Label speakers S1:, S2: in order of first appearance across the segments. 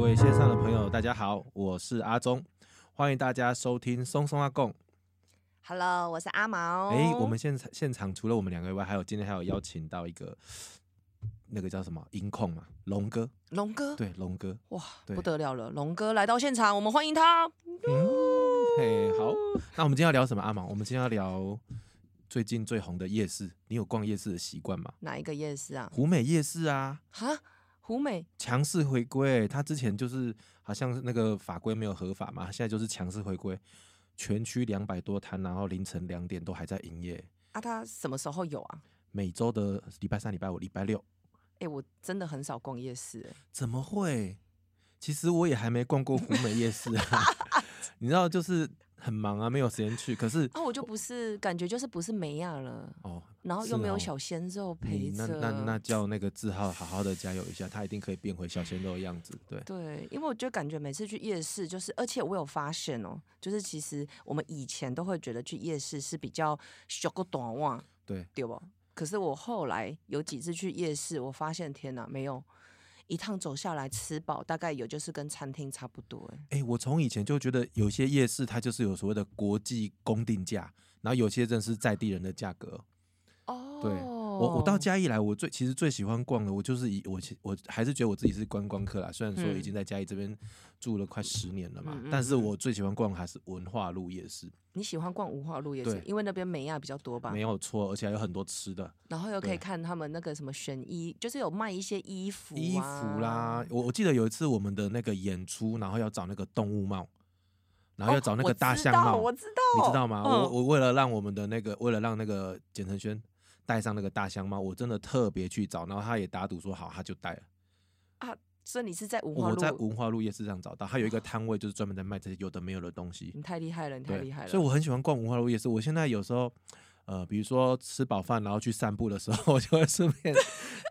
S1: 位线上的朋友，大家好，我是阿忠，欢迎大家收听松松阿贡。
S2: Hello，我是阿毛。
S1: 哎、我们现场现场除了我们两个以外，还有今天还有邀请到一个那个叫什么音控嘛，龙哥，
S2: 龙哥，
S1: 对，龙哥，
S2: 哇，
S1: 对
S2: 不得了了，龙哥来到现场，我们欢迎他。
S1: 嗯，嘿，好，那我们今天要聊什么？阿毛，我们今天要聊最近最红的夜市，你有逛夜市的习惯吗？
S2: 哪一个夜市啊？
S1: 湖美夜市啊，
S2: 哈，胡美
S1: 强势回归，他之前就是好像是那个法规没有合法嘛，现在就是强势回归，全区两百多摊，然后凌晨两点都还在营业，
S2: 啊，他什么时候有啊？
S1: 每周的礼拜三、礼拜五、礼拜六，
S2: 哎、我真的很少逛夜市、哎
S1: 怎么会？其实我也还没逛过湖美夜市 啊， 你知道就是很忙啊，没有时间去，可是
S2: 啊，我就不是，感觉就是不是梅亚了，
S1: 哦。
S2: 然后
S1: 是
S2: 又没有
S1: 哦
S2: 小鲜肉陪
S1: 你那
S2: 着。
S1: 那那叫那个志浩好好的加油一下，他一定可以变回小鲜肉的样子。对，
S2: 对，因为我就感觉每次去夜市，就是而且我有发现哦，就是其实我们以前都会觉得去夜市是比较小个短袜，
S1: 对
S2: 对不？可是我后来有几次去夜市，我发现天哪，没有一趟走下来吃饱，大概有就是跟餐厅差不多哎。
S1: 哎、我从以前就觉得有些夜市它就是有所谓的国际公定价，然后有些真的是在地人的价格。
S2: 哦
S1: 对我我到嘉义来，我最其实最喜欢逛的，我就是以我其我还是觉得我自己是观光客啦。虽然说已
S2: 嗯
S1: 经在嘉义这边住了快十年了嘛，
S2: 嗯嗯
S1: 但是
S2: 嗯
S1: 我最喜欢逛的还是文化路夜市，
S2: 你喜欢逛五花路夜
S1: 对
S2: 市，因为那边美亚比较多吧
S1: 没？有错，而且还有很多吃的
S2: 然后又可
S1: 对
S2: 以看他们那个什么选衣，就是有卖一些衣服、啊、
S1: 衣服啦。我我记得有一次我们的那个演出，然后要找那个动物帽，然后要找那个大象帽，
S2: 哦我知道，
S1: 你
S2: 我
S1: 知
S2: 知道，
S1: 道吗？
S2: 嗯
S1: 我我为了让我们的那个，为了让那个简承轩戴上那个大香帽，我真的特别去找，然后他也打赌说好，他就戴了。
S2: 所以你是在五花
S1: 我
S2: 路，
S1: 在文化路夜市上找到，他有一个摊位就是专门在卖这些有的没有的东西。
S2: 你太厉害了，你嗯太
S1: 对
S2: 厉害，了。
S1: 所以我很喜欢逛文化路夜市。我现在有时候，呃，比如说吃饱饭然后去散步的时候，我 就会顺 便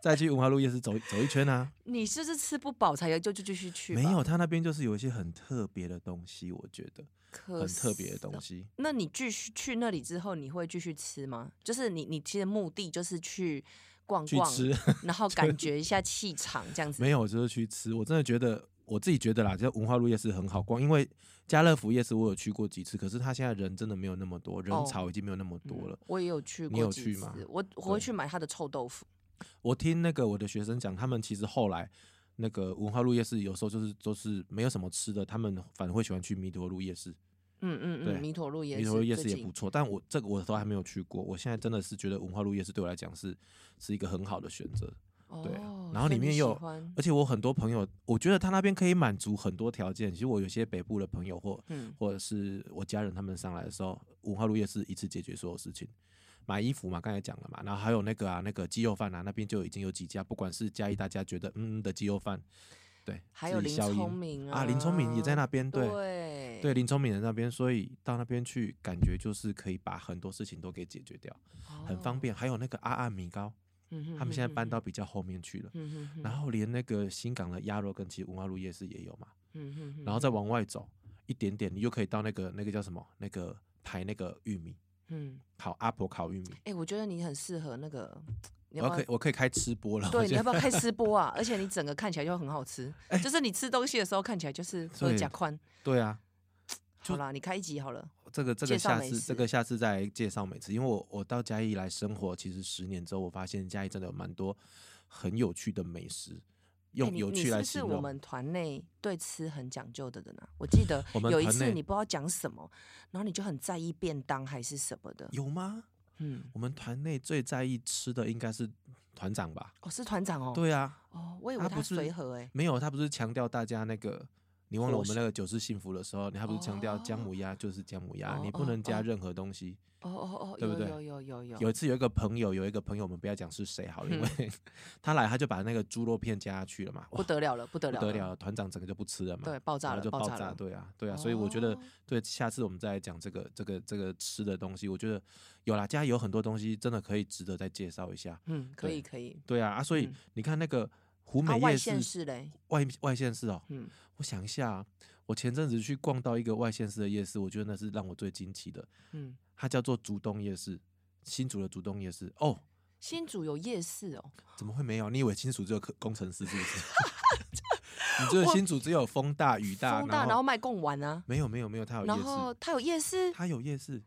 S1: 再去文化路夜市走一走一圈啊。
S2: 你就是吃不饱才就就继续 去吧，
S1: 没有，他那边就是有一些很特别的东西，我觉得
S2: 可
S1: 很特别的东
S2: 是。
S1: 西。
S2: 那你继续去那里之后，你会继续吃吗？就是你你其实目的就是去逛
S1: 去
S2: 逛，
S1: 吃
S2: 然后感觉一下气场这样子。
S1: 没有，我就是去吃。我真的觉得，我自己觉得啦，就文化路夜市很好逛，因为家乐福夜市我有去过几次，可是它现在人真的没有那么多，人
S2: 哦
S1: 潮已经没有那么多了。
S2: 嗯我也有去
S1: 你
S2: 过
S1: 有
S2: 几
S1: 去
S2: 次
S1: 吗，
S2: 我我
S1: 对
S2: 会去买他的臭豆腐。
S1: 我听那个我的学生讲，他们其实后来那个文化路夜市有时候就是都是没有什么吃的，他们反而会喜欢去弥陀路夜市。
S2: 嗯嗯
S1: 对
S2: 嗯，弥陀路也
S1: 弥
S2: 是，
S1: 陀路夜市
S2: 最
S1: 也
S2: 近
S1: 不错，但我这个我都还没有去过。我现在真的是觉得文化路夜市对我来讲是是一个很好的选择。对
S2: 哦
S1: 然后里
S2: 所以你
S1: 面
S2: 喜
S1: 又
S2: 欢
S1: 而且我很多朋友，我觉得他那边可以满足很多条件。其实我有些北部的朋友或
S2: 嗯
S1: 或者是我家人他们上来的时候，五号路夜市一次解决所有事情。买衣服嘛，刚才讲了嘛，然后还有那个啊，那个鸡肉饭啊，那边就已经有几家，不管是嘉义大家觉得嗯嗯的鸡肉饭，对，
S2: 还
S1: 自
S2: 有
S1: 己
S2: 林
S1: 消音
S2: 聪明啊
S1: 啊，林聪明也在那边，对
S2: 对
S1: 对，林聪明也在那边，所以到那边去感觉就是可以把很多事情都给解决掉，很方
S2: 哦。
S1: 便。还有那个阿阿米糕，
S2: 嗯
S1: 他们现在搬到
S2: 哼，
S1: 比较后面去了，
S2: 嗯哼哼
S1: 然后连那个新港的鸭肉跟其实文化路夜市也有嘛，
S2: 嗯哼哼
S1: 然后再往外走一点点，你就可以到那个那个叫什么那个排那个玉米
S2: 嗯，
S1: 烤阿婆烤玉米，
S2: 哎、我觉得你很适合那个，你
S1: 我
S2: 要
S1: 可
S2: 不
S1: 以我可以开吃播了，
S2: 要
S1: 我
S2: 对，你
S1: 觉
S2: 要
S1: 得
S2: 不 要开吃播啊？而且你整个看起来就很好吃，
S1: 哎
S2: 就是你吃东西的时候看起来就是喝
S1: 对
S2: 甲宽。
S1: 对啊，就
S2: 好啦，你开一集好了。
S1: 这个这个
S2: 介绍
S1: 下
S2: 美
S1: 次这
S2: 食
S1: 个下次再介绍每次，因为我我到嘉义来生活，其实十年之后，我发现嘉义真的有蛮多很有趣的美食，
S2: 哎
S1: 用
S2: 你
S1: 有
S2: 你
S1: 趣
S2: 是
S1: 来
S2: 不
S1: 形
S2: 是
S1: 容。
S2: 我们团内对吃很讲究的人啊？我记得
S1: 我们
S2: 有一
S1: 团
S2: 次
S1: 内
S2: 你不知道讲什么，然后你就很在意便当还是什么的。
S1: 有吗？
S2: 嗯，
S1: 我们团内最在意吃的应该是团长吧？
S2: 哦，是团长哦。
S1: 对啊，
S2: 哦，我以
S1: 他
S2: 为
S1: 不
S2: 他
S1: 是
S2: 随和哎、
S1: 没有，他不是强调大家那个，你忘了
S2: 伙
S1: 我们
S2: 食
S1: 那个九世幸福的时候，你他不是强调姜
S2: 哦
S1: 母鸭就是姜母鸭，
S2: 哦
S1: 你不
S2: 哦
S1: 能加
S2: 哦
S1: 任何东西。
S2: 哦哦哦，
S1: 对不
S2: 有
S1: 对
S2: 有有有有
S1: 有一次有一个朋友，有一个朋友，我们不要讲是谁好了，因为他来他就把那个猪肉片加下去了嘛，哇
S2: 不得了了，不得了
S1: 不得了，团长整个就不吃了嘛，
S2: 对，爆炸
S1: 然后
S2: 了，
S1: 就
S2: 爆
S1: 爆
S2: 炸了。
S1: 对啊，对啊，所以我觉得
S2: 哦
S1: 对，下次我们再来讲这个这个这个吃的东西，我觉得有啦，家里有很多东西真的可以值得再介绍一下，
S2: 嗯，可
S1: 对
S2: 以可以。
S1: 对啊啊，所以
S2: 嗯
S1: 你看那个湖
S2: 啊，
S1: 美
S2: 外
S1: 夜
S2: 县
S1: 市，
S2: 市嘞，
S1: 外外县市哦，
S2: 嗯，
S1: 我想一下啊、我前阵子去逛到一个外县市的夜市，我觉得那是让我最惊奇的，
S2: 嗯，
S1: 它叫做竹东夜市，新竹的竹东夜市哦。
S2: 新竹有夜市哦，
S1: 怎么会没有？你以为新竹只有科工程师是不是？ 你这新竹只有风大雨大，
S2: 风大然后卖贡丸啊，
S1: 没有没有没有，它有夜
S2: 然
S1: 市
S2: 后，它有夜市，
S1: 它有夜市，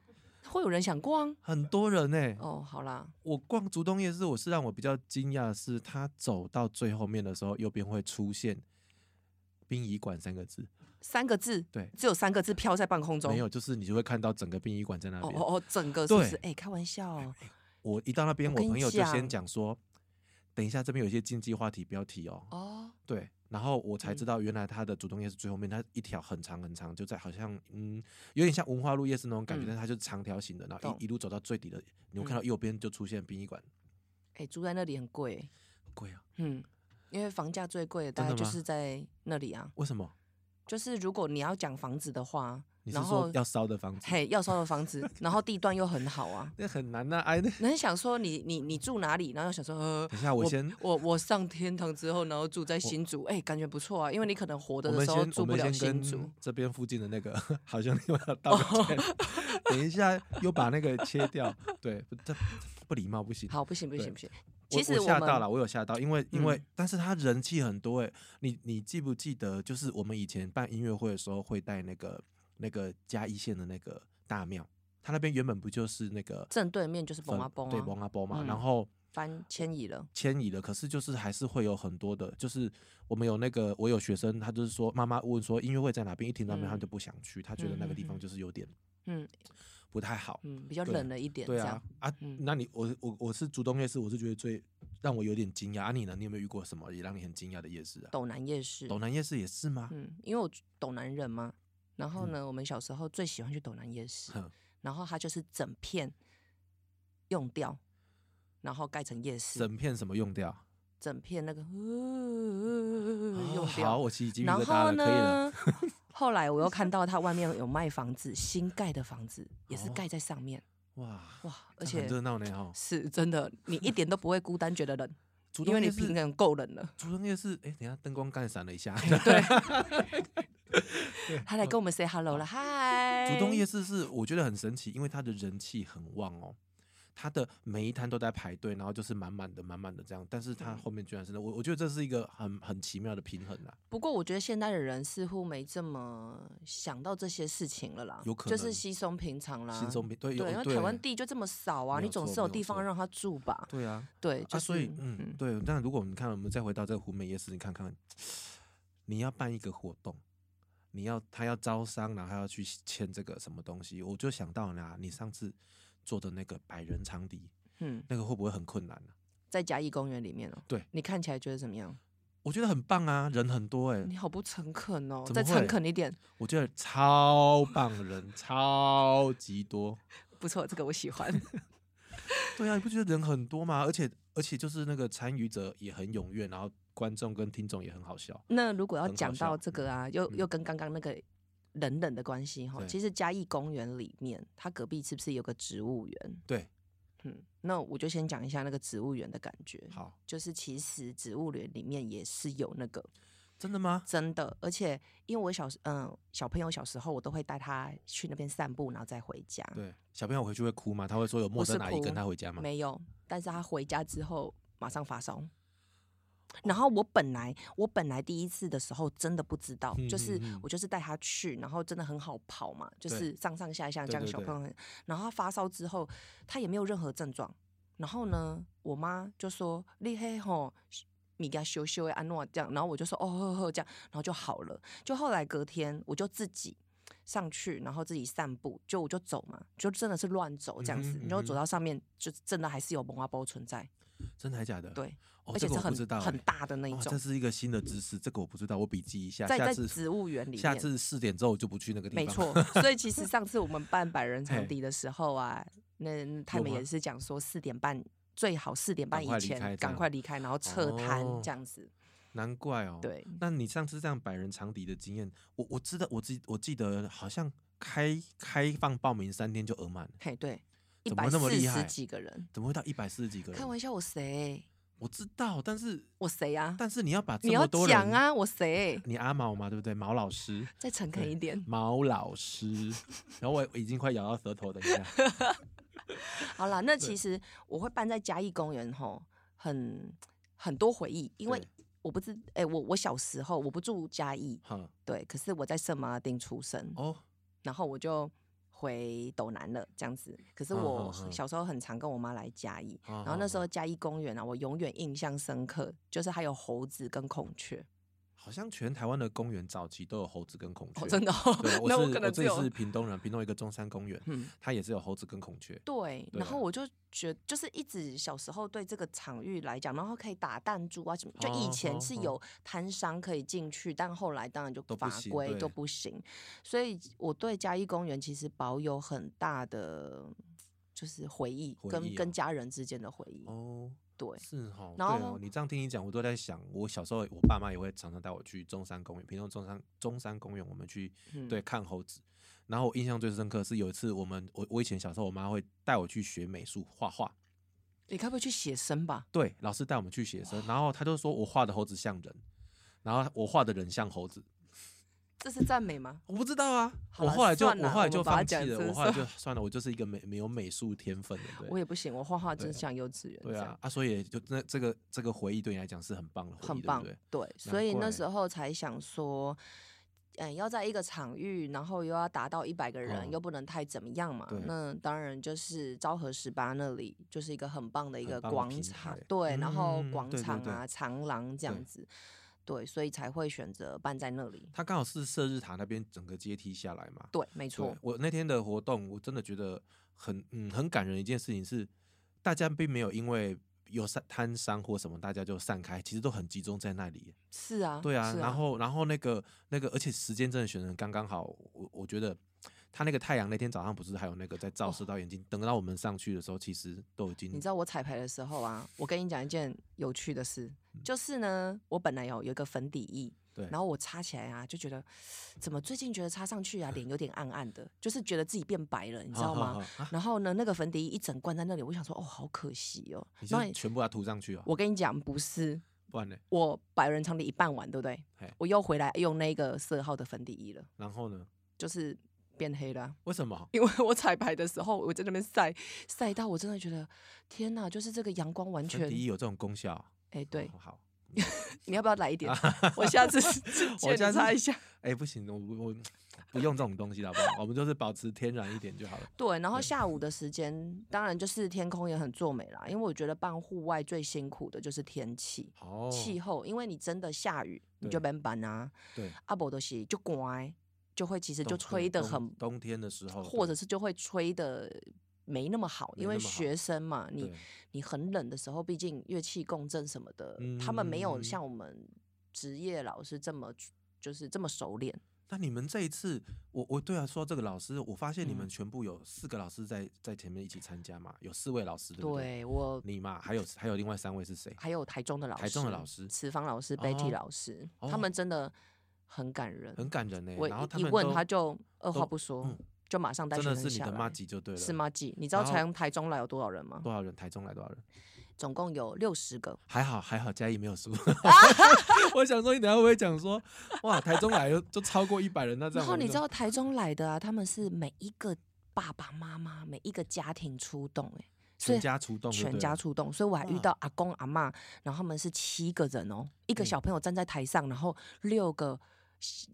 S2: 会有人想逛。
S1: 很多人呢、
S2: 哦，好啦，
S1: 我逛竹东夜市，我是让我比较惊讶的是，它走到最后面的时候，右边会出现“殡仪馆”三个字，
S2: 三个字，
S1: 对，
S2: 只有三个字飘在半空中。
S1: 没有，就是你就会看到整个殡仪馆在那
S2: 哦
S1: 边。
S2: 哦哦，整个是不
S1: 对
S2: 是？哎、开玩笑 哦、
S1: 我一到那边，
S2: 我
S1: 我
S2: 跟你
S1: 朋友就先
S2: 讲
S1: 讲说，等一下这边有一些禁忌话题，不要提哦。
S2: 哦，
S1: 对，然后我才知
S2: 嗯
S1: 道原来它的主动夜市最后面，它一条很长很长，就在好像嗯，有点像文化路夜市那种感觉，
S2: 嗯
S1: 但是它就是长条形的，然后
S2: 懂
S1: 一一路走到最底的，你会看
S2: 嗯
S1: 到右边就出现殡仪馆，
S2: 哎、住在那里很贵、
S1: 贵啊！
S2: 嗯，因为房价最贵的
S1: 真
S2: 大概
S1: 的
S2: 就
S1: 吗
S2: 是在那里啊。
S1: 为什么？
S2: 就是如果你要讲房子的话，
S1: 你是
S2: 然
S1: 说
S2: 后
S1: 要烧的房子？
S2: 嘿要烧的房子，然后地段又很好啊。
S1: 那很难呐、哎， 那
S2: 你很想说你你你住哪里，然后又想说呃，
S1: 等一下我先，
S2: 我我上天堂之后，然后住在新竹，哎、感觉不错啊，因为你可能活
S1: 我
S2: 着的
S1: 们
S2: 时候
S1: 先我
S2: 住不了
S1: 们先
S2: 新竹
S1: 跟。这边附近的 那个好兄弟们道个歉，等一下又把那个切掉，对，不这不礼貌不行。
S2: 好，不行不
S1: 对
S2: 行不行，
S1: 我
S2: 其实
S1: 我吓
S2: 们
S1: 到了，我有吓到，因为因为、
S2: 嗯
S1: 但是他人气很多哎、你你记不记得，就是我们以前办音乐会的时候会带那个那个嘉义县的那个大庙，他那边原本不就是那个
S2: 正对面就是
S1: 粉
S2: 崩啊崩
S1: 对
S2: 啊，
S1: 崩啊崩嘛，
S2: 嗯
S1: 然后
S2: 搬迁移了，
S1: 迁移了，可是就是还是会有很多的，就是我们有那个我有学生，他就是说妈妈问说音乐会在哪边，一听到那边
S2: 嗯
S1: 他就不想去，他觉得那个地
S2: 嗯
S1: 方
S2: 嗯嗯
S1: 就是有点
S2: 嗯
S1: 不太好。
S2: 嗯，比较
S1: 对
S2: 冷了一点，这
S1: 对
S2: 样
S1: 啊。，啊，
S2: 嗯
S1: 那你我我我是竹东夜市，我是觉得最让我有点惊讶。啊，你呢？你有没有遇过什么也让你很惊讶的夜市啊？
S2: 斗南夜市，
S1: 斗南夜市也是吗？
S2: 嗯，因为我斗南人嘛，然
S1: 嗯
S2: 后呢，我们小时候最喜欢去斗南夜市，
S1: 哼，
S2: 然后它就是整片用掉，然后盖成夜市，
S1: 整片什么用掉？
S2: 整片那个、呃
S1: 哦
S2: 用
S1: 啊好，
S2: 掉。
S1: 我起鸡皮
S2: 然
S1: 疙瘩
S2: 后
S1: 了，可以了。
S2: 呢， 后来我又看到它外面有卖房子，新盖的房子也是
S1: 哦
S2: 盖在上面，
S1: 哇，
S2: 哇，
S1: 这样
S2: 而且
S1: 很热闹呢哈。
S2: 是真的，你一点都不会孤单，觉得 冷，
S1: 竹
S2: 因为
S1: 东
S2: 你
S1: 夜
S2: 平
S1: 市，
S2: 衡够冷了。
S1: 竹东夜市，哎，等一下灯光刚才闪了一 下。
S2: 他来跟我们 say hello 了，嗨！
S1: 竹东夜市是我觉得很神奇，因为它的人气很旺哦，它的每一摊都在排队，然后就是满满的、满满的这样，但是
S2: 嗯
S1: 它后面居然是那我我觉得这是一个很很奇妙的平衡啊。
S2: 不过我觉得现代的人似乎没这么想到这些事情了啦，
S1: 有可
S2: 就是
S1: 能
S2: 稀松平常啦。
S1: 轻松平对，有
S2: 啊对，因为台湾地就这么少啊，
S1: 没
S2: 你
S1: 有
S2: 总
S1: 错
S2: 是有
S1: 没有
S2: 地方
S1: 错
S2: 让他住吧？
S1: 对啊，
S2: 对，就
S1: 啊，所以
S2: 是
S1: 嗯，对。但如果我们看，我们再回到这个湖美夜市，你看看，你要办一个活动，你要他要招商，然后要去签这个什么东西，我就想到啦，你上次做的那个百人长笛，
S2: 嗯，
S1: 那个会不会很困难啊呢、
S2: 在嘉义公园里面哦、
S1: 对，
S2: 你看起来觉得怎么样？
S1: 我觉得很棒啊，人很多哎、
S2: 你好不诚恳哦、
S1: 怎
S2: 再
S1: 么
S2: 诚
S1: 会
S2: 恳一点，
S1: 我觉得超棒人，超级多。
S2: 不错，这个我喜 欢。
S1: 对啊，你不觉得人很多吗？而且而且就是那个参与者也很踊跃，然后观众跟听众也很好笑。
S2: 那如果要
S1: 很好
S2: 讲
S1: 笑
S2: 到这个啊，又
S1: 嗯
S2: 又跟刚刚那个冷冷的关系哈，
S1: 对
S2: 其实嘉义公园里面，它隔壁是不是有个植物园？
S1: 对，
S2: 嗯，那我就先讲一下那个植物园的感觉。
S1: 好，
S2: 就是其实植物园里面也是有那个
S1: 真的吗？
S2: 真的，而且因为我小时嗯小朋友小时候，我都会带他去那边散步，然后再回家。
S1: 对，小朋友回去会哭吗？他会说有陌
S2: 嗯是
S1: 生阿姨跟
S2: 哭
S1: 他回家吗？
S2: 没有，但是他回家之后马上发烧。然后我本来我本来第一次的时候真的不知道，
S1: 嗯
S2: 就是
S1: 嗯嗯
S2: 我就是带他去，然后真的很好跑嘛，就
S1: 对
S2: 是上上下下这
S1: 对
S2: 样
S1: 对
S2: 小
S1: 对
S2: 朋友很。然后他发烧之后，他也没有任何症状。然后呢，我妈就说：“你嘿吼，米给他修修安诺这样。”然后我就说：“哦呵呵这样。”然后就好了。就后来隔天我就自己上去，然后自己散步，就我就走嘛，就真的是乱走这样
S1: 嗯
S2: 子
S1: 哼，
S2: 然后
S1: 嗯
S2: 走
S1: 哼
S2: 到上面就真的还是有蒙阿波存在，
S1: 真的还假的？
S2: 对，
S1: 哦，
S2: 而且
S1: 这
S2: 是
S1: 个我
S2: 很
S1: 不知道欸、
S2: 很大的那一
S1: 哇
S2: 种
S1: 这，是一个新的知识，这个我不知道，我笔记一下，
S2: 在
S1: 下
S2: 在
S1: 次
S2: 植物园里面，
S1: 下次四点之后我就不去那个地方。
S2: 没错，。所以其实上次我们办百人场
S1: 嘿
S2: 地的时候啊，那他
S1: 有
S2: 们
S1: 吗
S2: 也是讲说四点半最好四点半
S1: 赶快
S2: 以
S1: 离开
S2: 前
S1: 这
S2: 赶
S1: 样
S2: 快离开，然后撤摊
S1: 哦
S2: 这样子，
S1: 难怪哦。。
S2: 对，
S1: 那你上次这样百人长笛的经验，我我知道，我记我记得好像开开放报名三天就额满了，
S2: 嘿对，一
S1: 怎么
S2: 百
S1: 那么
S2: 四
S1: 厉
S2: 十
S1: 害
S2: 几个人，
S1: 怎么会到一百四十几个人？
S2: 开玩笑，我谁？
S1: 我知道，但是
S2: 我谁啊？
S1: 但是你要把这
S2: 你要
S1: 么多人
S2: 讲，啊，我谁？
S1: 你阿毛嘛，对不对？毛老师，
S2: 再诚恳
S1: 对
S2: 一点。
S1: 毛老 师，然后我我已经快咬到舌头，等一下。
S2: 好啦，那
S1: 对
S2: 其实我会搬在嘉义公园吼，很很多回忆，因为
S1: 对
S2: 我不知，哎、我我小时候我不住嘉义，
S1: 哈
S2: 对，可是我在圣马丁出生，
S1: 哦，
S2: 然后我就回斗南了，这样子。可是
S1: 嗯
S2: 我
S1: 嗯嗯哦
S2: 小时候很常跟我妈来嘉义，
S1: 然
S2: 然后那时候嘉义公园啊，我永远印象深刻，就是还有猴子跟孔雀。
S1: 好像全台湾的公园早期都有猴子跟孔雀，
S2: 哦，真的、
S1: 对，
S2: 哦，
S1: 我
S2: 那
S1: 是
S2: 我可能
S1: 自
S2: 只
S1: 己
S2: 有
S1: 是屏东人，屏东一个中山公园，
S2: 嗯。
S1: 它也是有猴子跟孔雀。
S2: 对，
S1: 对
S2: 然后
S1: 啊
S2: 我就觉就是一直小时候对这个场域来讲，然后可以打弹珠啊什么，就以
S1: 哦
S2: 前
S1: 哦
S2: 是
S1: 哦
S2: 有摊商可以进去，但后来当然就
S1: 都不
S2: 法
S1: 行
S2: 规
S1: 对
S2: 都不行，所以我对嘉义公园其实保有很大的就是回忆，
S1: 回
S2: 跟
S1: 忆哦
S2: 跟家人之间的回忆，
S1: 哦，
S2: 对，
S1: 是哈，对
S2: 然
S1: 哦
S2: 后，
S1: 你这样听你讲，我都在想，我小时候我爸妈也会常常带我去中山公园，屏东中山中山公园，我们去
S2: 嗯
S1: 对看猴子。然后我印象最深刻是有一次，我们我我以前小时候，我妈会带我去学美术画画，
S2: 你该不会去写生吧？
S1: 对，老师带我们去写生，然后她就说我画的猴子像人，然后我画的人像猴子，
S2: 这是赞美吗？
S1: 我不知道啊，
S2: 好
S1: 我
S2: 啦
S1: 后来就
S2: 算
S1: 我
S2: 啦
S1: 后
S2: 我
S1: 来
S2: 们
S1: 就
S2: 把它
S1: 放弃
S2: 讲
S1: 了，
S2: 成
S1: 我后来
S2: 算
S1: 就算了，我就是一个没没有美术天分的，对
S2: 我也不行，我画画真
S1: 对
S2: 是像幼稚园这
S1: 对
S2: 样，
S1: 啊，啊，所以就那这个这个回忆对你来讲是很棒的回忆，
S2: 很
S1: 对不
S2: 棒，
S1: 对
S2: 所以那
S1: 怪
S2: 时候才想说，嗯，要在一个场域，然后又要达到一百个人，
S1: 嗯
S2: 又不能太怎么样嘛
S1: 对。
S2: 那当然就是昭和十八那里就是一个很棒的一
S1: 很
S2: 个
S1: 棒的
S2: 广
S1: 平
S2: 场
S1: 台，
S2: 对，然后
S1: 嗯
S2: 广
S1: 对对
S2: 场
S1: 对
S2: 啊、长廊这样
S1: 对
S2: 子，对，所以才会选择办在那里。
S1: 它刚好是射日塔那边整个阶梯下来嘛。
S2: 对，没错
S1: 对，，我那天的活动，我真的觉得很嗯很感人的一件事情是，大家并没有因为有散摊商或什么，大家就散开，其实都很集中在那里。
S2: 是啊，
S1: 对啊，
S2: 是
S1: 然后然后那个那个，而且时间真的选的刚刚好，我我觉得。它那个太阳那天早上不是还有那个在照射到眼睛，等到我们上去的时候，其实都已经
S2: 哦你知道我彩排的时候啊，我跟你讲一件有趣的事，
S1: 嗯
S2: 就是呢，我本来有有一个粉底液，
S1: 对
S2: 然后我擦起来啊，就觉得怎么最近觉得擦上去啊，脸有点暗暗的，就是觉得自己变白了，你
S1: 你
S2: 知道吗？？
S1: 哈 哈啊
S2: 然后呢，那个粉底液一整罐在那里，我想说，哦，好可惜哦。
S1: 你
S2: 然
S1: 就
S2: 后
S1: 是全部把它涂上去啊，
S2: 我跟你讲，不是
S1: 不然呢？
S2: 我百人场里一半完，对不对
S1: 嘿？
S2: 我又回来用那个色号的粉底液了，
S1: 然后呢？
S2: 就是变黑了啊、
S1: 为什么？
S2: 因为我彩排的时候，我在那边晒晒到我真的觉得，天哪！就是这个阳光完全
S1: 粉，底液有这种功效啊？
S2: 哎，对，
S1: 好，
S2: 你要不要来一点？我 下次 借
S1: 啊我
S2: 你
S1: 下次
S2: 擦一下。
S1: 哎、不行，我不我不用这种东西了，好不好？我们就是保持天然一点就好了。
S2: 对，然后下午的时间，当然就是天空也很作美啦，因为我觉得办户外最辛苦的就是天气、
S1: 哦，
S2: 气候，因为你真的下雨，你就
S1: 对
S2: 没办啊，
S1: 对，
S2: 阿伯的是就乖，就会其实就
S1: 冬
S2: 吹
S1: 对
S2: 得很
S1: 冬，冬天的时候，
S2: 或者
S1: 对
S2: 是就会吹得没那么好，因
S1: 没
S2: 为
S1: 那么好
S2: 学生嘛，你
S1: 对
S2: 你很冷的时候，毕竟乐器共振什么的，他们没有
S1: 嗯
S2: 像我们职业老师这么就是这么熟练。
S1: 那你们这一次，我我对啊，说到这个老师，我发现你
S2: 嗯
S1: 们全部有四个老师在在前面一起参加嘛，有四位老师，对不对？
S2: 对我
S1: 你嘛，还有还有另外三位是谁？
S2: 还有台中的老师，
S1: 台中的老师
S2: 慈芳老师、Betty
S1: 哦
S2: 老师，他们真的很感人。
S1: 很感人呢、欸
S2: 我
S1: 然后
S2: 一
S1: 他
S2: 一
S1: 们
S2: 问
S1: 都
S2: 他就二话
S1: 都
S2: 不说，
S1: 嗯
S2: 就马上带
S1: 真
S2: 学
S1: 的
S2: 生
S1: 是你
S2: 下
S1: 的妈
S2: 来。
S1: 吉就对了，
S2: 是？吗？记，你知道
S1: 然后
S2: 从台中来有多少人吗？
S1: 多少人？台中来多少人？
S2: 总共有六十个。
S1: 还好还好，嘉义没有 输。 我想说，你等下会不会讲说，哇，台中来就就超过一百人，那这
S2: 然
S1: 样
S2: 后
S1: 我们
S2: 哦你
S1: 就
S2: 知道台中来的啊，他们是每一个爸爸妈妈、每一个家庭出动、欸，所以
S1: 全家出动就对了，啊
S2: 全家出动，所以我还遇
S1: 哇
S2: 到阿公阿妈，然后他们是七个人哦，一个
S1: 嗯
S2: 小朋友站在台上，然后六个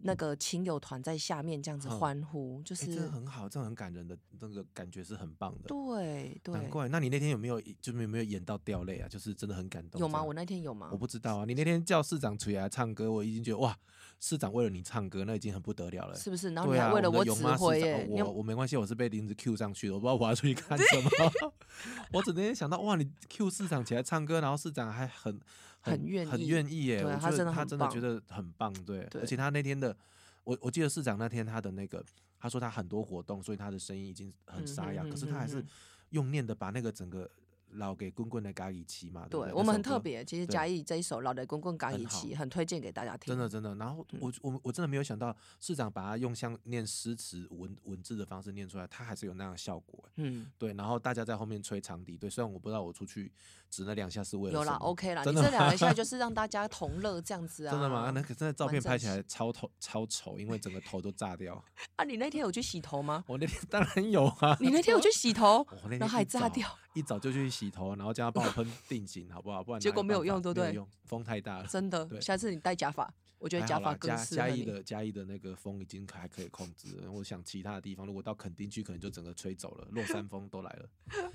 S2: 那个亲友团在下面这样子
S1: 嗯
S2: 欢呼，就
S1: 欸，这
S2: 是
S1: 很好，这很感人的那个感觉是很棒的。
S2: 对
S1: 难
S2: 对，
S1: 怪，那你那天有没有就是有没有演到掉泪啊？就是真的很感动。
S2: 有
S1: 这
S2: 吗？
S1: 样
S2: 我那天有吗
S1: 我？不知道啊。你那天叫市长出来唱歌，我已经觉得哇，市长为了你唱歌，那已经很不得了了。
S2: 是不是？然后
S1: 对
S2: 你还
S1: 啊，
S2: 为了
S1: 我们的
S2: 指
S1: 勇妈市
S2: 挥
S1: 长
S2: 耶、你
S1: 我
S2: 有
S1: 我没关系，我是被林子 Q 上去的，我不知道我要出去看什么。 我整天想到哇，你 Q 市长起来唱歌，然后市长还很
S2: 很愿
S1: 很
S2: 意
S1: 愿意耶，
S2: 对啊
S1: 我
S2: 他
S1: 觉
S2: 真
S1: 得
S2: 的
S1: 他
S2: 很
S1: 真的
S2: 棒
S1: 觉得很棒，对，
S2: 对
S1: 而且他那天的，我我记得市长那天他的那个，他说他很多活动，所以他的声音已经很
S2: 嗯
S1: 沙
S2: 哼
S1: 哑，
S2: 哼
S1: 可是他还
S2: 哼
S1: 是
S2: 哼
S1: 用念的把那个整个老给滚滚的咖喱骑嘛，对不
S2: 对
S1: 对？
S2: 我
S1: 那
S2: 们
S1: 首
S2: 很特
S1: 歌。
S2: 别，其实
S1: 对
S2: 嘉义这一首《老的公公赶
S1: 很
S2: 一
S1: 好
S2: 起》很推荐给大家听，
S1: 真的真的，然后
S2: 嗯
S1: 我我我真的没有想到市长把他用像念诗词文文字的方式念出来，他还是有那样的效果耶。
S2: 嗯。
S1: 对，然后大家在后面吹长笛，对，虽然我不知道我出去指那两下是为了
S2: 有
S1: 什
S2: 啦
S1: 么
S2: ，OK 啦，你
S1: 真的
S2: 这两
S1: 吗
S2: 个现在就是让大家同乐这样子啊。
S1: 真的吗？那可真的照
S2: 完
S1: 片
S2: 整
S1: 拍起
S2: 是
S1: 来超头超丑，因为整个头都炸掉。
S2: 啊，你那天有去洗头吗？
S1: 我那天当然有啊，
S2: 你那天有去洗头
S1: 我那天
S2: 然后还
S1: 一
S2: 炸
S1: 早啊
S2: 掉，
S1: 一早就去洗头，然后叫他帮我喷定型，好不好？不然
S2: 结
S1: 哪
S2: 果
S1: 有
S2: 没有
S1: 办法
S2: 用对不
S1: 没有
S2: 对
S1: 用风太大了。
S2: 真的，
S1: 对
S2: 下次你戴假发，我觉得
S1: 还
S2: 假
S1: 好啦
S2: 发更
S1: 嘉
S2: 适合
S1: 嘉义
S2: 你。，
S1: 的嘉义的那个风已经还可以控制了。我想其他的地方，如果到垦丁去，可能就整个吹走了，落山风都来了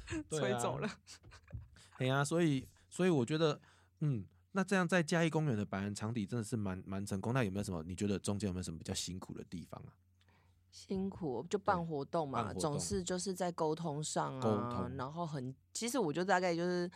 S1: 对
S2: 吹
S1: 啊
S2: 走了。
S1: 哎呀、所以所以我觉得，嗯，那这样在嘉义公园的白人场地真的是蛮蛮成功。那有没有什么？你觉得中间有没有什么比较辛苦的地方啊？
S2: 辛苦就办活动
S1: 办
S2: 嘛，
S1: 活
S2: 总
S1: 动
S2: 是就是在沟通上
S1: 沟
S2: 啊，
S1: 通
S2: 然后很，其实我就大概就是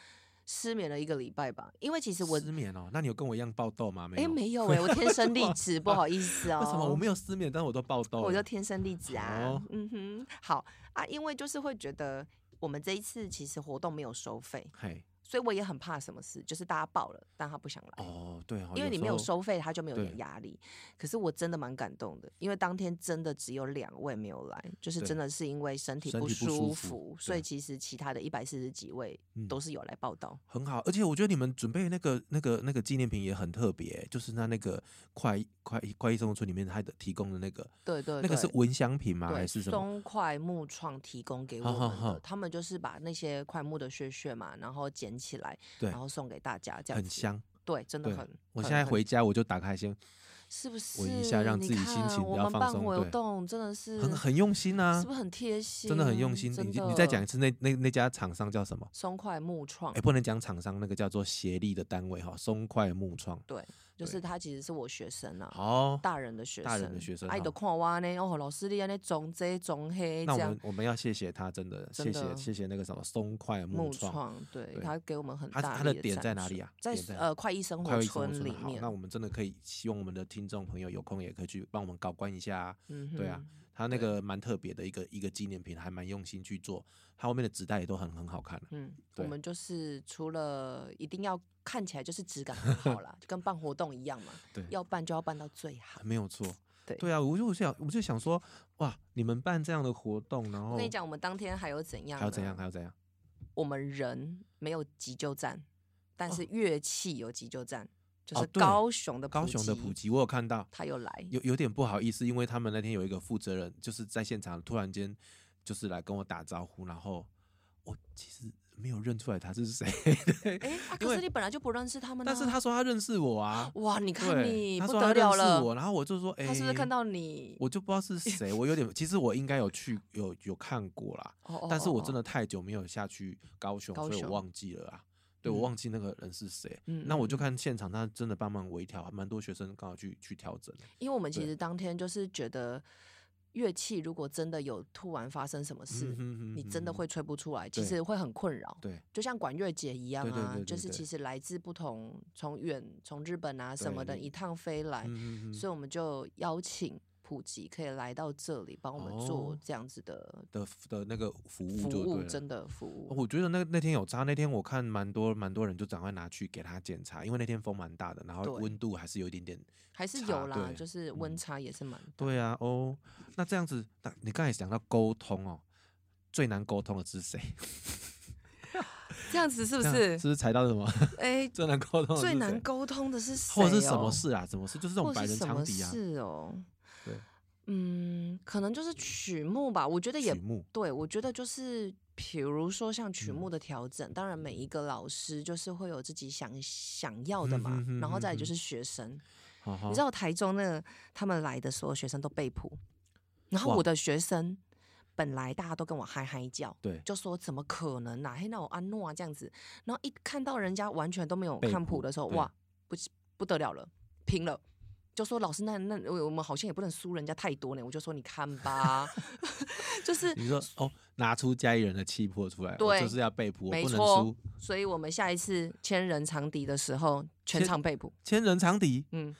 S2: 失眠了一个礼拜吧，因为其实我
S1: 失眠哦，那你有跟我一样爆痘吗？没
S2: 哎
S1: 有，
S2: 没有哎、我天生丽质，不好意思哦，
S1: 为什么我没有哦失眠，但是我都爆痘了？
S2: 我就天生丽质啊
S1: 好，
S2: 嗯哼，好啊，因为就是会觉得我们这一次其实活动没有收费，
S1: 嘿
S2: 所以我也很怕什么事，就是大家报了，但他不想来。
S1: 哦，对哦，
S2: 哎因为你没有
S1: 有时候
S2: 收费，他就没有点
S1: 对
S2: 压力。可是我真的蛮感动的，因为当天真的只有两位没有来，就是
S1: 对
S2: 真的是因为身体
S1: 身
S2: 不
S1: 体不
S2: 舒
S1: 舒
S2: 服
S1: 服，
S2: 所以
S1: 对
S2: 其实其他的一百四十几位
S1: 嗯
S2: 都是有来报道。
S1: 很好，而且我觉得你们准备那个那个那个纪念品也很特别，就是那那个快快快意生活村里面他的提供的那个
S2: 对对
S1: 那个是
S2: 对
S1: 蚊香品吗？还
S2: 对，
S1: 是什么？
S2: 松块木创提供给我
S1: 好
S2: 们的，
S1: 好好
S2: 他们就是把那些块木的屑屑嘛，然后捡起来，
S1: 对
S2: 然后送给大家，这样
S1: 很
S2: 子，
S1: 香，
S2: 对，真的
S1: 对
S2: 很。
S1: 我
S2: 很
S1: 现在
S2: 很
S1: 回家我就打开先，
S2: 是不是？
S1: 闻一下让
S2: 你
S1: 自己
S2: 看
S1: 心情比
S2: 我
S1: 较
S2: 们
S1: 放
S2: 办
S1: 松
S2: 活
S1: 对
S2: 动真的是
S1: 很很用心啊
S2: 是不，是很贴心？
S1: 真的很用心。
S2: 真
S1: 你
S2: 的
S1: 你再讲一次那那那家厂商叫什么？
S2: 松快木创
S1: 哎，，不能讲厂商，那个叫做协力的单位哈，松快木创。
S2: 对，就是他其实是我学生啊，
S1: 好，
S2: 大人的学生，
S1: 大人的学生
S2: 啊，伊就
S1: 好
S2: 看我呢，哦，老师你安尼种这种黑
S1: 那
S2: 这
S1: 我
S2: 样
S1: 们，我们要谢谢他，真的
S2: 真
S1: 谢
S2: 的
S1: 谢谢谢那个什么松快
S2: 木
S1: 创。
S2: 创，对
S1: 对
S2: 他给我们很
S1: 他
S2: 大
S1: 他的
S2: 力
S1: 点在
S2: 赞
S1: 哪
S2: 助
S1: 里啊
S2: 在
S1: 点在哪
S2: 呃快意生
S1: 快
S2: 活
S1: 乐生活
S2: 村
S1: 村
S2: 里
S1: 好，
S2: 面
S1: 那，我们真的可以希望我们的听众朋友有空也可以去帮我们搞关一下、啊。
S2: 嗯
S1: 对啊
S2: 哼，
S1: 他那
S2: 对
S1: 个蛮特别的一个一个纪念品，还蛮用心去做，它后面的纸袋也都很很好看、啊。
S2: 嗯，我
S1: 对
S2: 们就是除了一定要看起来就是质感很 好啦，就跟办活动一样嘛，
S1: 对
S2: 要办就要办到最好。
S1: 没有错，
S2: 对
S1: 啊，我就想，我就想说，哇，你们办这样的活动，然
S2: 我
S1: 后
S2: 跟你讲，我们当天还有怎样？啊
S1: 还要怎样，还？要怎样？
S2: 我们人没有急救站，但是
S1: 哦
S2: 乐器有急救站，就
S1: 哦
S2: 是
S1: 对
S2: 高雄的
S1: 高雄的普及，我有看到，
S2: 他有来，
S1: 有有点不好意思，因为他们那天有一个负责人，就是在现场突然间就是来跟我打招呼，然后我其实没有认出来他是谁， 对
S2: 哎、啊
S1: 因
S2: 可是
S1: 为
S2: 你本来就不认识他们、啊，
S1: 但是他说他认识我啊，
S2: 哇，你看
S1: 对
S2: 你
S1: 他
S2: 不
S1: 说
S2: 得
S1: 他认
S2: 了
S1: 识
S2: 了，
S1: 我，然后我就说，哎、
S2: 他是不是看？到你？
S1: 我就不知道是谁，我有点，其实我应该有去有有看过啦，
S2: 哦哦
S1: 但是
S2: 哦
S1: 我
S2: 哦
S1: 真的太久没有下去高雄，
S2: 高
S1: 所以我
S2: 雄
S1: 忘记了啊。对，
S2: 嗯
S1: 我忘记那个人是谁。
S2: 嗯
S1: 那我就
S2: 嗯嗯
S1: 看现场，他真的帮忙微调，蛮多学生刚好去去调整。
S2: 因为我们其
S1: 对
S2: 实当天就是觉得乐器如果真的有突然发生什么事，
S1: 嗯哼哼
S2: 你真的
S1: 哼
S2: 会吹不出来，其
S1: 对
S2: 实会很困扰。
S1: 对
S2: 就像管乐节一样
S1: 对对
S2: 啊，
S1: 对对
S2: 就是
S1: 对
S2: 其实来自不同从远从日本啊什
S1: 对
S2: 么的
S1: 你
S2: 一趟飞来，
S1: 嗯嗯
S2: 所以我们就邀请普吉可以来到这里帮我们做
S1: 哦
S2: 这样子的
S1: 的的那个服务
S2: 服
S1: 就
S2: 务，
S1: 对
S2: 真
S1: 了。
S2: 的服务。
S1: 我觉得那那天有差，那天我看蛮多蛮多人就赶快拿去给他检查，因为那天风蛮大的，然后
S2: 对
S1: 温度还是有一点点。
S2: 还是
S1: 差
S2: 有啦，
S1: 对
S2: 就是温
S1: 嗯
S2: 差也是蛮大。
S1: 对啊，哦，那这样子，那你刚才讲到沟通哦，最难沟通的是谁？
S2: 这样子是不
S1: 这样
S2: 是
S1: 是？不是踩到什么
S2: 哎，
S1: 最难沟通的是谁？
S2: 最难沟通的是谁、
S1: 或
S2: 哦？
S1: 者是什么事啊？什么事？就是这
S2: 或
S1: 种
S2: 者
S1: 百
S2: 是
S1: 人
S2: 什
S1: 长
S2: 么
S1: 笛啊，
S2: 事哦？
S1: 对，
S2: 嗯，可能就是曲目吧。我觉得也
S1: 曲目，
S2: 对，我觉得就是比如说像曲
S1: 嗯
S2: 目的调整，当然每一个老师就是会有自己想想要的嘛，
S1: 嗯哼
S2: 然后再来就
S1: 哼
S2: 是学生。
S1: 好好
S2: 你知道台中那个他们来的所有学生都被捕，然后
S1: 哇
S2: 我的学生本来大家都跟我嗨嗨叫，
S1: 对
S2: 就说怎么可能啊，嘿那我安诺啊这样子，然后一看到人家完全都没有
S1: 被
S2: 看
S1: 捕
S2: 谱的时候，
S1: 对
S2: 哇，不行不得了了，拼了。就说老师，那那我我们好像也不能输人家太多呢。我就说你看吧， 就是
S1: 你说哦，拿出家里人的气魄出来，我
S2: 对
S1: 就是要被捕，我
S2: 没
S1: 不能
S2: 错
S1: 输。。
S2: 所以我们下一次千人长笛的时候，全
S1: 千
S2: 场被捕。
S1: 千人长笛，
S2: 嗯，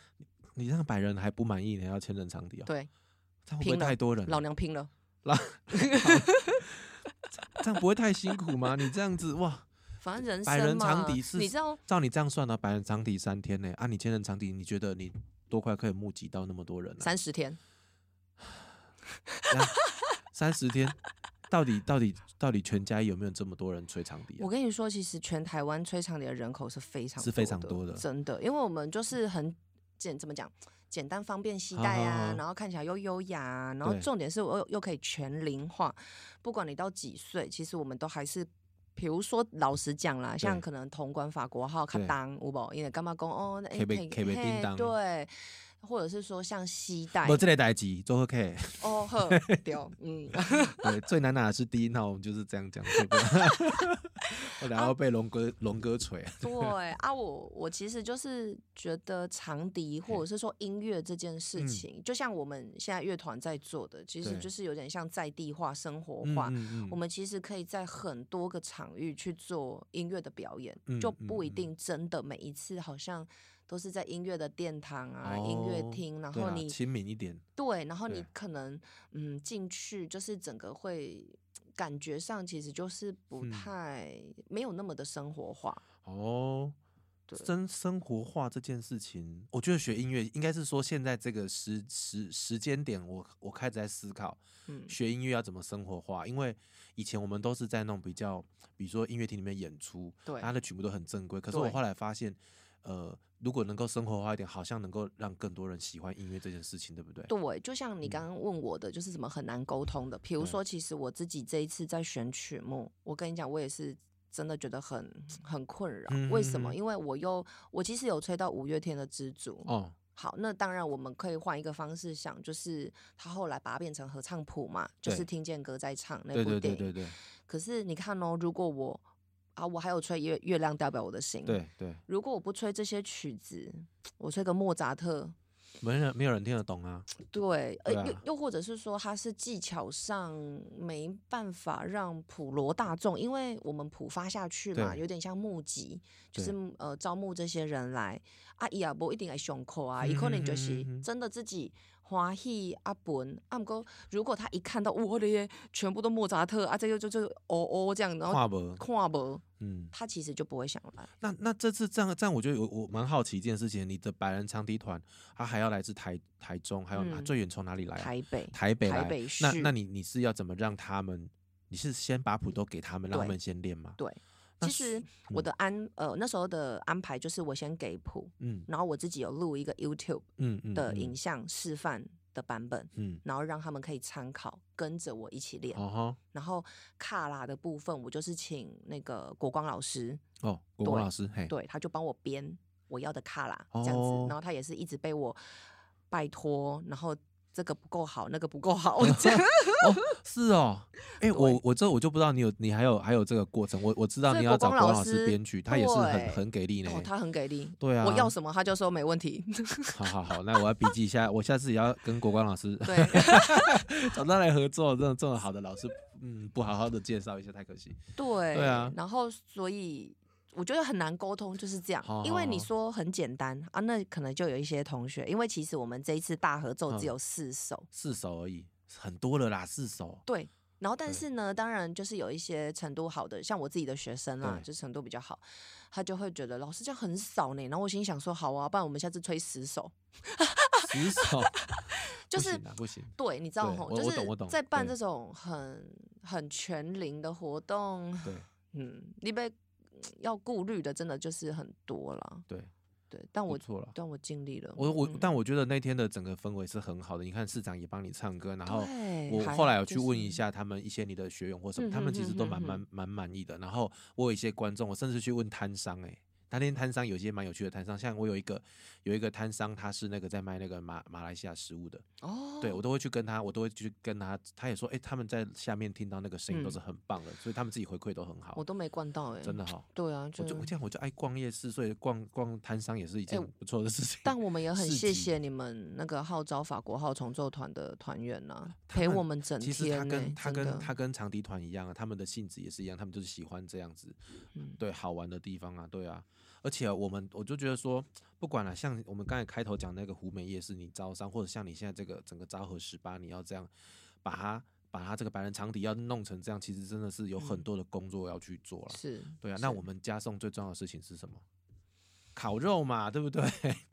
S1: 你让百人还不满意，你还要千人长笛哦？
S2: 对，
S1: 这样会不
S2: 拼
S1: 会
S2: 了
S1: 太多人啊？
S2: 老娘拼了，
S1: 这样不会太辛苦吗？你这样子哇，
S2: 反正人
S1: 百
S2: 生
S1: 人长
S2: 嘛
S1: 笛是
S2: 你知道
S1: 照你这样算呢，啊百人长笛三天呢，啊，你千人长笛，你觉得你多快可以募集到那么多人啊？
S2: 三十天。
S1: 那三十天，到底到底到底全家有没有这么多人吹长笛啊
S2: 我？跟你说，其实全台湾吹长笛的人口是非常
S1: 是非常多
S2: 的，
S1: 的
S2: 真的，因为我们就是很简怎么讲，简单方便携带
S1: 好
S2: 啊
S1: 好，好
S2: 然后看起来又优雅啊，然后
S1: 对
S2: 重点是我又又可以全龄化，不管你到几岁，其实我们都还是比如说，老实讲啦，像
S1: 对
S2: 可能潼关法国号卡
S1: 对
S2: 当有无？因为干嘛讲哦？那
S1: 客
S2: 哎，
S1: 被
S2: 嘿
S1: 客被叮
S2: 嘿
S1: 当
S2: 对，或者是说像西带
S1: 我这类代志做好客，
S2: 哦呵，对，嗯，
S1: 对，最难拿的是第一套，我们就是这样讲，对不对？ 我
S2: 啊
S1: 然后被龙哥龙哥锤，
S2: 对啊，我我其实就是觉得长笛或者是说音乐这件事
S1: 嗯
S2: 情，就像我们现在乐团在做的，其实
S1: 对
S2: 就是有点像在地化、生活
S1: 嗯
S2: 化。
S1: 嗯
S2: 我们其实可以在很多个场域去做音乐的表演，
S1: 嗯
S2: 就
S1: 嗯
S2: 不一
S1: 嗯
S2: 定真的每一次好像都是在音乐的殿堂啊、音乐
S1: 哦
S2: 厅，然
S1: 对
S2: 后
S1: 啦
S2: 你
S1: 亲民一点，
S2: 对，然后你
S1: 对
S2: 可能嗯进去，就是整个会感觉上其实就是不
S1: 嗯
S2: 太、没有那么的生活化。
S1: 哦
S2: 对，
S1: 生生活化这件事情，我觉得学音乐应该是说现在这个时时时间点我，我开始在思考
S2: 嗯
S1: 学音乐要怎么生活化，因为以前我们都是在那种比较，比如说音乐厅里面演出，
S2: 对
S1: 它的曲目都很正规，可是我
S2: 对
S1: 后来发现，呃，如果能够生活化一点，好像能够让更多人喜欢音乐这件事情，对不对？
S2: 对，就像你
S1: 嗯
S2: 刚刚问我的，就是什么很难沟通的。比如
S1: 对
S2: 说，其实我自己这一次在选曲目，我跟你讲，我也是真的觉得很很困扰。为什
S1: 嗯
S2: 么？因为我又我其实有吹到五月天的《知足》
S1: 哦，
S2: 好，那当然我们可以换一个方式想，就是他后来把它变成合唱谱嘛，就是
S1: 对
S2: 听见歌在唱那
S1: 对
S2: 部
S1: 对
S2: 电
S1: 对
S2: 影。
S1: 对对
S2: 可是你看哦，如果我啊，我还有吹月月亮代表我的心，
S1: 对对，
S2: 如果我不吹这些曲子，我吹个莫扎特，
S1: 没人没有人听得懂啊，
S2: 对，呃，
S1: 对啊
S2: 又又或者是说，它是技巧上没办法让普罗大众，因为我们普发下去嘛，
S1: 对
S2: 有点像募集，就
S1: 对
S2: 是呃招募这些人来，啊，伊也无一定会上课啊，
S1: 嗯
S2: 伊可能
S1: 哼
S2: 就
S1: 哼
S2: 是
S1: 哼哼
S2: 真的自己欢喜啊本，啊不过如果他一看到我的耶，全部都莫扎特啊，这个就就哦哦这样，然后
S1: 跨博，
S2: 看无，
S1: 嗯。
S2: 他其实就不会想来。
S1: 那那这次这样这样，我觉得我我蛮好奇一件事情，你的百人长笛团，它还要来自台台中，还有哪、
S2: 嗯
S1: 最远从哪里来啊、
S2: 台北，
S1: 台北
S2: 台
S1: 来。
S2: 北
S1: 那
S2: 市
S1: 那你你是要怎么让他们？你是先把谱都给他们，让他
S2: 对
S1: 们先练吗？
S2: 对，
S1: 那
S2: 其实
S1: 是
S2: 我
S1: 嗯
S2: 的安呃那时候的安排就是我先给谱，
S1: 嗯
S2: 然后我自己有录一个 YouTube
S1: 嗯嗯
S2: 的
S1: 嗯
S2: 影像示范的版本，
S1: 嗯，
S2: 然后让他们可以参考，跟着我一起练。
S1: 哦
S2: 然后卡拉的部分，我就是请那个国光老师，
S1: 哈哦，国文
S2: 对
S1: 老师嘿，
S2: 对，他就帮我编我要的卡拉这样子，
S1: 哦
S2: 然后他也是一直被我拜托，然后这个不够好，那个不够好， 我 这样
S1: 哦是哦，哎、我
S2: 对
S1: 我这我就不知道你有你还有还有这个过程，我我知道
S2: 所以
S1: 你要找
S2: 国光
S1: 国文
S2: 老
S1: 老师
S2: 师
S1: 编曲，他也是很
S2: 对
S1: 很给力呢。
S2: 哦，他很给力，
S1: 对啊
S2: 我要什么他就说没问题，
S1: 好好好，那我要笔记一下，我下次也要跟国光老师
S2: 对。
S1: 找他来合作，这种这种好的老师，嗯，不好好的介绍一下太可惜。
S2: 对，
S1: 啊
S2: 然后所以我觉得很难沟通，就是这样。
S1: 好
S2: 因为
S1: 好
S2: 你
S1: 好
S2: 说很简单啊，那可能就有一些同学，因为其实我们这一次大合奏只
S1: 嗯
S2: 有四首，
S1: 四首而已，很多了啦，四首。
S2: 对。然后，但
S1: 对
S2: 是呢，当然就是有一些程度好的，像我自己的学生啦，
S1: 对
S2: 就程度比较好，他就会觉得老师这样很少呢。然后我心想说，好啊，不然我们下次吹十首，
S1: 十首
S2: 就
S1: 不
S2: 是
S1: 行啦不行。啊
S2: 对，你知道
S1: 对
S2: 吼，
S1: 我
S2: 就
S1: 我懂我
S2: 是
S1: 懂
S2: 在办
S1: 对
S2: 这种很很全龄的活动，
S1: 对
S2: 嗯，你被要顾虑的真的就是很多啦。
S1: 对，
S2: 对，但
S1: 不
S2: 我
S1: 错了。
S2: 但我尽力了。
S1: 嗯我我，
S2: 嗯
S1: 但我觉得那天的整个氛围是很好的。你看市长也帮你唱歌，然后
S2: 对
S1: 我
S2: 还
S1: 后来
S2: 好
S1: 有
S2: 就
S1: 去问
S2: 是
S1: 一下他们一些你的学员或什么，
S2: 嗯
S1: 他
S2: 哼
S1: 们其实
S2: 哼
S1: 都
S2: 哼
S1: 蛮
S2: 哼
S1: 蛮蛮满意的。然后我有一些观众，我甚至去问摊商、欸，那天摊商有些蛮有趣的摊商，像我有一个有一个摊商，他是那个在卖那个马马来西亚食物的，
S2: 哦，
S1: 对我都会去跟他，我都会去跟他，他也说，哎、他们在下面听到那个声音都
S2: 嗯
S1: 是很棒的，所以他们自己回馈都很好
S2: 我，都没逛到哎、
S1: 真的。哈。
S2: 对啊，
S1: 我就我
S2: 真的
S1: 这样我就爱逛夜市，所以逛逛摊商也是一件
S2: 我
S1: 不错的事情。
S2: 但我们也很
S1: 市
S2: 谢
S1: 集
S2: 谢你们那个号召法国号重奏团的团员呐、
S1: 呃他
S2: 陪
S1: 们
S2: 我们整
S1: 其实他
S2: 天呢、欸
S1: 跟他
S2: 真的
S1: 跟他跟长笛团一样啊，他们的性质也是一样，他们就是喜欢这样子，
S2: 嗯
S1: 对好玩的地方啊，对啊。而且我们我就觉得说，不管了、像我们刚才开头讲那个湖美夜市，你招商，或者像你现在这个整个昭和十八，你要这样把它把它这个白人长笛要弄成这样，其实真的是有很
S2: 嗯
S1: 多的工作要去做了。
S2: 是
S1: 对啊，那
S2: 是
S1: 我们加送最重要的事情是什么？烤肉嘛，对不对？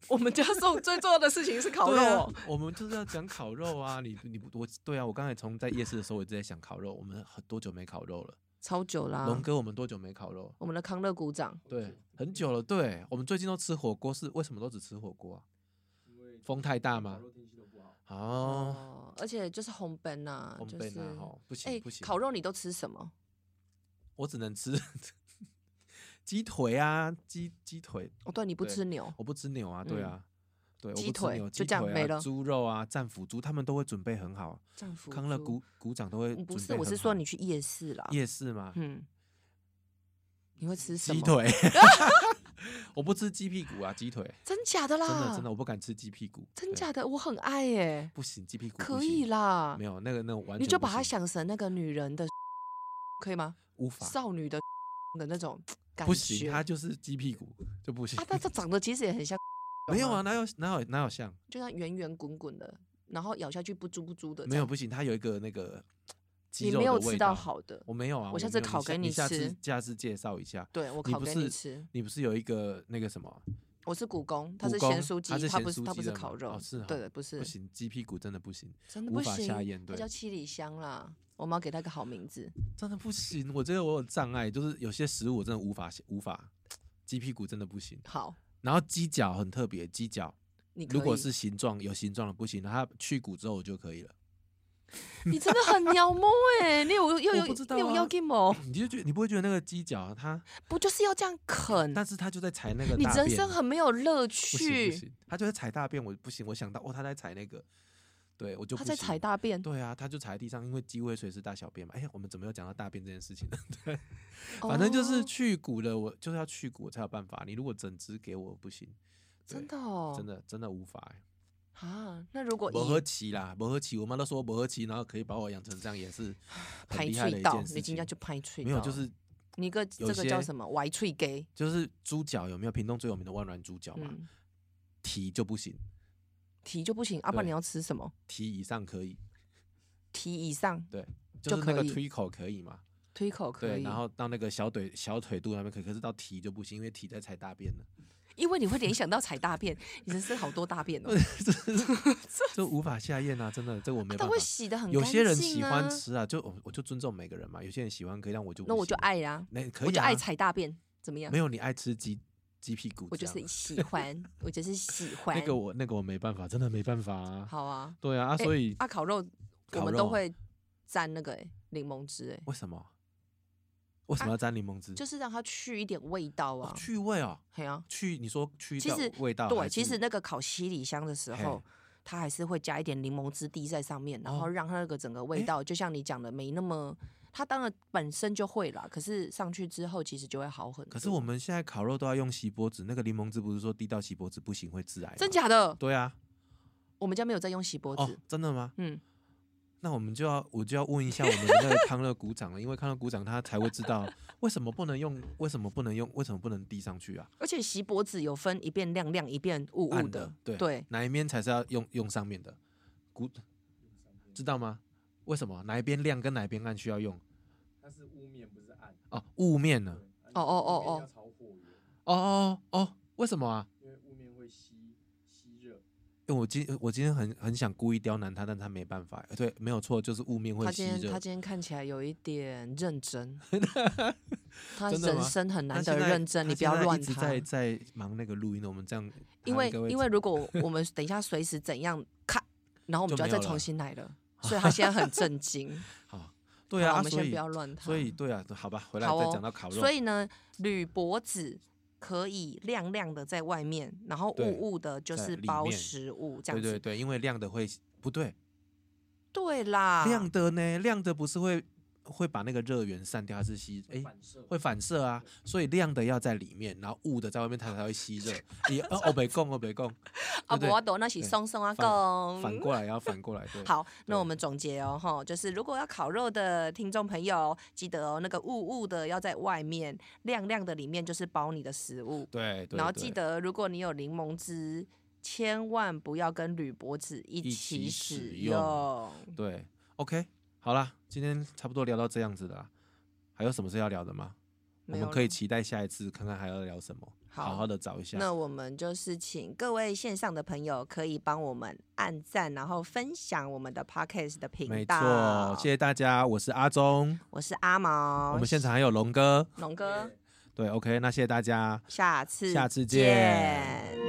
S2: 我们家送最重要的事情是烤肉、
S1: 对
S2: 哦
S1: 啊，我们就是要讲烤肉啊！你你不我对啊，我刚才从在夜市的时候，我一直在想烤肉，我们很多久没烤肉了？
S2: 超久啦、
S1: 龙哥，我们多久没烤肉？
S2: 我们的康乐鼓掌，
S1: 对，很久了。对，我们最近都吃火锅，是为什么都只吃火锅啊？风太大嘛。哦，
S2: 哦，而且就是红本呐、
S1: 我们
S2: 就
S1: 被
S2: 是
S1: 拿哈，不
S2: 哎、
S1: 行不行。
S2: 烤肉你都吃什么？
S1: 我只能吃鸡腿啊，鸡鸡腿，
S2: 哦，对，你不
S1: 对
S2: 吃牛，
S1: 我不吃牛啊，对
S2: 嗯
S1: 啊，对，
S2: 鸡
S1: 我不吃
S2: 腿
S1: 牛，
S2: 就
S1: 鸡
S2: 这样
S1: 腿
S2: 没
S1: 啊，
S2: 了
S1: 猪肉啊，战斧猪，他们都会准备很好，
S2: 丈夫
S1: 康乐
S2: 猪
S1: 股股长都会
S2: 嗯不
S1: 准
S2: 是，
S1: 备
S2: 我
S1: 很
S2: 是说
S1: 好
S2: 你去夜市啦，
S1: 夜市嘛，
S2: 嗯，你会吃什
S1: 鸡
S2: 么？
S1: 腿， 我不吃鸡屁股啊，鸡腿，
S2: 真假的啦？
S1: 真的真的，我不敢吃鸡屁股，
S2: 真
S1: 对
S2: 假的，我很爱耶，
S1: 不行，鸡屁股不
S2: 可以
S1: 行，
S2: 啦
S1: 没，有那个那种完全
S2: 你就
S1: 不
S2: 把它
S1: 行
S2: 想成那个女人的，可以吗？
S1: 无法
S2: 少女的的那种感觉。
S1: 不行，它就是鸡屁股就不行
S2: 啊，，但它长得其实也很像，
S1: 没有啊，，哪有哪有哪有像
S2: 就像圆圆滚滚的，然后咬下去不珠不珠的这样。
S1: 没有不行，它有一个那个鸡
S2: 你
S1: 肉
S2: 没有
S1: 的味
S2: 吃到
S1: 道
S2: 好的。
S1: 我没有啊，
S2: 我下次
S1: 没有
S2: 烤给
S1: 你
S2: 你
S1: 下，你下
S2: 吃
S1: 次下次介绍一下。
S2: 对，我
S1: 你
S2: 烤
S1: 不
S2: 给你
S1: 是
S2: 吃。
S1: 你不是有一个那个什么？
S2: 我是骨公，它是
S1: 骨
S2: 咸
S1: 公
S2: 酥鸡
S1: 它是，
S2: 它
S1: 咸
S2: 不是
S1: 酥
S2: 它
S1: 鸡
S2: 不是
S1: 的吗
S2: 烤肉
S1: 哦是哦
S2: 对的，不是
S1: 不行，鸡屁股真的不行，
S2: 真的
S1: 无
S2: 不
S1: 法
S2: 行，
S1: 下咽
S2: 它
S1: 对
S2: 叫七里香啦。我们要给它一个好名字。
S1: 真的不行。我觉得我有障碍，就是有些食物我真的无法无法，鸡屁股真的不行。
S2: 好，
S1: 然后鸡脚很特别，鸡脚
S2: 你可
S1: 如果
S2: 以
S1: 是形状有形状的不行，然后它去骨之后我就可以了。
S2: 你真的很鸟摸哎， 你有又
S1: 我
S2: 有
S1: 不知道
S2: 你有
S1: 啊
S2: 要给某，
S1: 你就觉得你不会觉得那个鸡脚它，
S2: 不就是要这样啃？
S1: 但是它就在踩那个
S2: 嗯你
S1: 大
S2: 人
S1: 便
S2: 生很没有乐
S1: 不行不
S2: 趣。
S1: 行，它就在踩大便，我不行，我想到哦，它在踩那个，对我就
S2: 他
S1: 不
S2: 在
S1: 行
S2: 踩大便，
S1: 对啊，他就踩在地上，因为鸡会随时大小便嘛。哎呀，我们怎么又讲到大便这件事情呢？ 反正就是
S2: 哦
S1: 去骨的，我就是要去骨我才有办法。你如果整只给我不行，对
S2: 真的哦，
S1: 真的真的无法、欸。
S2: 啊。那如果
S1: 磨合
S2: 以
S1: 期啦，磨合期，我妈都说磨合期，然后可以把我养成这样，也是很
S2: 拍
S1: 厉害的
S2: 脆
S1: 一
S2: 到，
S1: 件
S2: 你
S1: 事
S2: 今
S1: 情
S2: 天。就拍脆
S1: 没有，
S2: 到
S1: 就是
S2: 你一个
S1: 有
S2: 这个叫
S1: 些
S2: 什么歪脆给，
S1: 就是猪脚有没有？屏东最有名的万峦猪脚嘛，
S2: 嗯，
S1: 蹄就不行，
S2: 蹄就不行。阿爸
S1: 对
S2: 你要吃什么？
S1: 蹄以上可以，
S2: 蹄以上
S1: 对，
S2: 就
S1: 就是那
S2: 可
S1: 个
S2: 以
S1: 推口可以嘛，
S2: 推口可
S1: 对，
S2: 以，
S1: 然后到那个小腿小腿肚那边可以，可是到蹄就不行，因为蹄在踩大便 了。
S2: 因为你会联想到踩大便， 你人生好多大便 哦，
S1: 这就无法下咽啊！真的，这我没
S2: 他
S1: 办法
S2: 会。洗的很干净
S1: 有
S2: 啊。
S1: 些人喜欢吃啊，就我我就尊重每个人嘛。有些人喜欢可以，但我就不
S2: 那我就
S1: 行
S2: 爱呀，
S1: 那可以、啊，
S2: 我就爱。踩大便，怎么样
S1: 没？有你爱吃鸡鸡屁股
S2: 我
S1: 这
S2: 就
S1: 样，
S2: 是喜欢，我就是喜 欢。
S1: 那个我那个我没办法，真的没办法啊。
S2: 好啊，
S1: 对啊，啊
S2: 哎
S1: 所以、
S2: 啊烤肉我
S1: 烤
S2: 们都
S1: 肉啊
S2: 会蘸那个哎柠檬汁哎，
S1: 为什么为什么要沾柠檬汁？
S2: 啊就是让它去一点味道
S1: 哦
S2: 啊，
S1: 去味哦，
S2: 嘿啊。
S1: 去你说去
S2: 其
S1: 掉
S2: 实
S1: 味道还
S2: 对，
S1: 是，
S2: 其实那个烤西里香的时
S1: 嘿
S2: 候，它还是会加一点柠檬汁滴在上面，然后
S1: 哦
S2: 让它那个整个味
S1: 诶
S2: 道，就像你讲的，没那么。它当然本身就会啦，可是上去之后其实就会好很多。
S1: 可是我们现在烤肉都要用锡箔纸，那个柠檬汁不是说滴到锡箔纸不行会致癌？
S2: 真？假的，
S1: 对啊，
S2: 我们家没有在用锡箔纸。
S1: 哦，真的吗？
S2: 嗯，
S1: 那我们就要我就要问一下我们的那个康乐股长了，因为康乐股长他才会知道为什么不能用，为什么不能用，为什么不能滴上去啊？
S2: 而且锡箔纸有分一遍亮亮、一遍雾雾
S1: 暗
S2: 的，
S1: 对哪一面才是要用用上面的股，知道吗？为什么哪一边亮跟哪一边暗需要用？
S3: 它是雾面，不是暗。
S1: 哦，雾面呢
S3: 对？
S2: 哦哦哦
S3: 雾面
S2: 哦
S3: 要朝火源，
S1: 哦哦哦，为什么啊？
S3: 因为雾面会吸吸热。
S1: 因为我今我今天很很想故意刁难他，但他没办法。呃对，没有错，就是雾面会
S2: 他
S1: 吸
S2: 今天
S1: 热
S2: 他。今天看起来有一点 认真，他
S1: 真的
S2: 人
S1: 吗
S2: 生很
S1: 他
S2: 难
S1: 现
S2: 得
S1: 在
S2: 认真，
S1: 他
S2: 你不
S1: 现
S2: 要
S1: 在
S2: 乱
S1: 一直
S2: 他。
S1: 在在忙那个录音的，我们这样
S2: 因
S1: 他
S2: 为
S1: 应该会
S2: 因为如果我们等一下随时怎样咔，然后我们
S1: 就
S2: 就要
S1: 没
S2: 再
S1: 有
S2: 重
S1: 了
S2: 新来 了，所以他现在很震惊。
S1: 好 对啊，
S2: 好
S1: 啊
S2: 我们
S1: 所
S2: 先
S1: 以
S2: 不要乱他。
S1: 所以对啊，好吧，回来
S2: 好
S1: 再
S2: 哦
S1: 讲到烤肉。
S2: 所以呢，铝箔纸可以亮亮的在外面，然后
S1: 对
S2: 雾雾的就
S1: 在
S2: 是
S1: 里
S2: 包
S1: 面
S2: 食物这
S1: 对
S2: 样子。
S1: 对对，因为亮的会不对，
S2: 对啦，
S1: 亮的呢，亮的不是会会把那个热源散掉，还是吸？哎、
S3: 反射
S1: 会反射啊，所以亮的要在里面，然后雾的在外面，它才会吸热。你 哦，哦北贡哦北贡，
S2: 啊，
S1: 对对
S2: 我懂，那是
S1: 对
S2: 松松啊
S1: 反
S2: 公。
S1: 反过来要反过来，对，
S2: 好，那
S1: 对
S2: 我们总结哦，哈，就是如果要烤肉的听众朋友，记得哦，那个雾雾的要在外面，亮亮的里面就是包你的食物。
S1: 对对。
S2: 然后
S1: 对
S2: 记得，如果你有柠檬汁，千万不要跟铝箔纸一
S1: 一
S2: 起
S1: 起
S2: 使
S1: 使
S2: 用。
S1: 对，OK，好啦，今天差不多聊到这样子了啦，还有什么事要聊的吗？我
S2: 没有
S1: 们可以
S2: 了
S1: 期待下一次，看看还要聊什么，好
S2: 好
S1: 好的找一下。
S2: 那我们就是请各位线上的朋友可以帮我们按赞，然后分享我们的 podcast 的
S1: 没
S2: 频道。
S1: 错，谢，谢大家，我是阿忠，
S2: 我是阿毛，
S1: 我们现场还有龙哥，
S2: 龙哥，
S1: 对，OK，那谢谢大家，
S2: 下次
S1: 下次见
S2: 见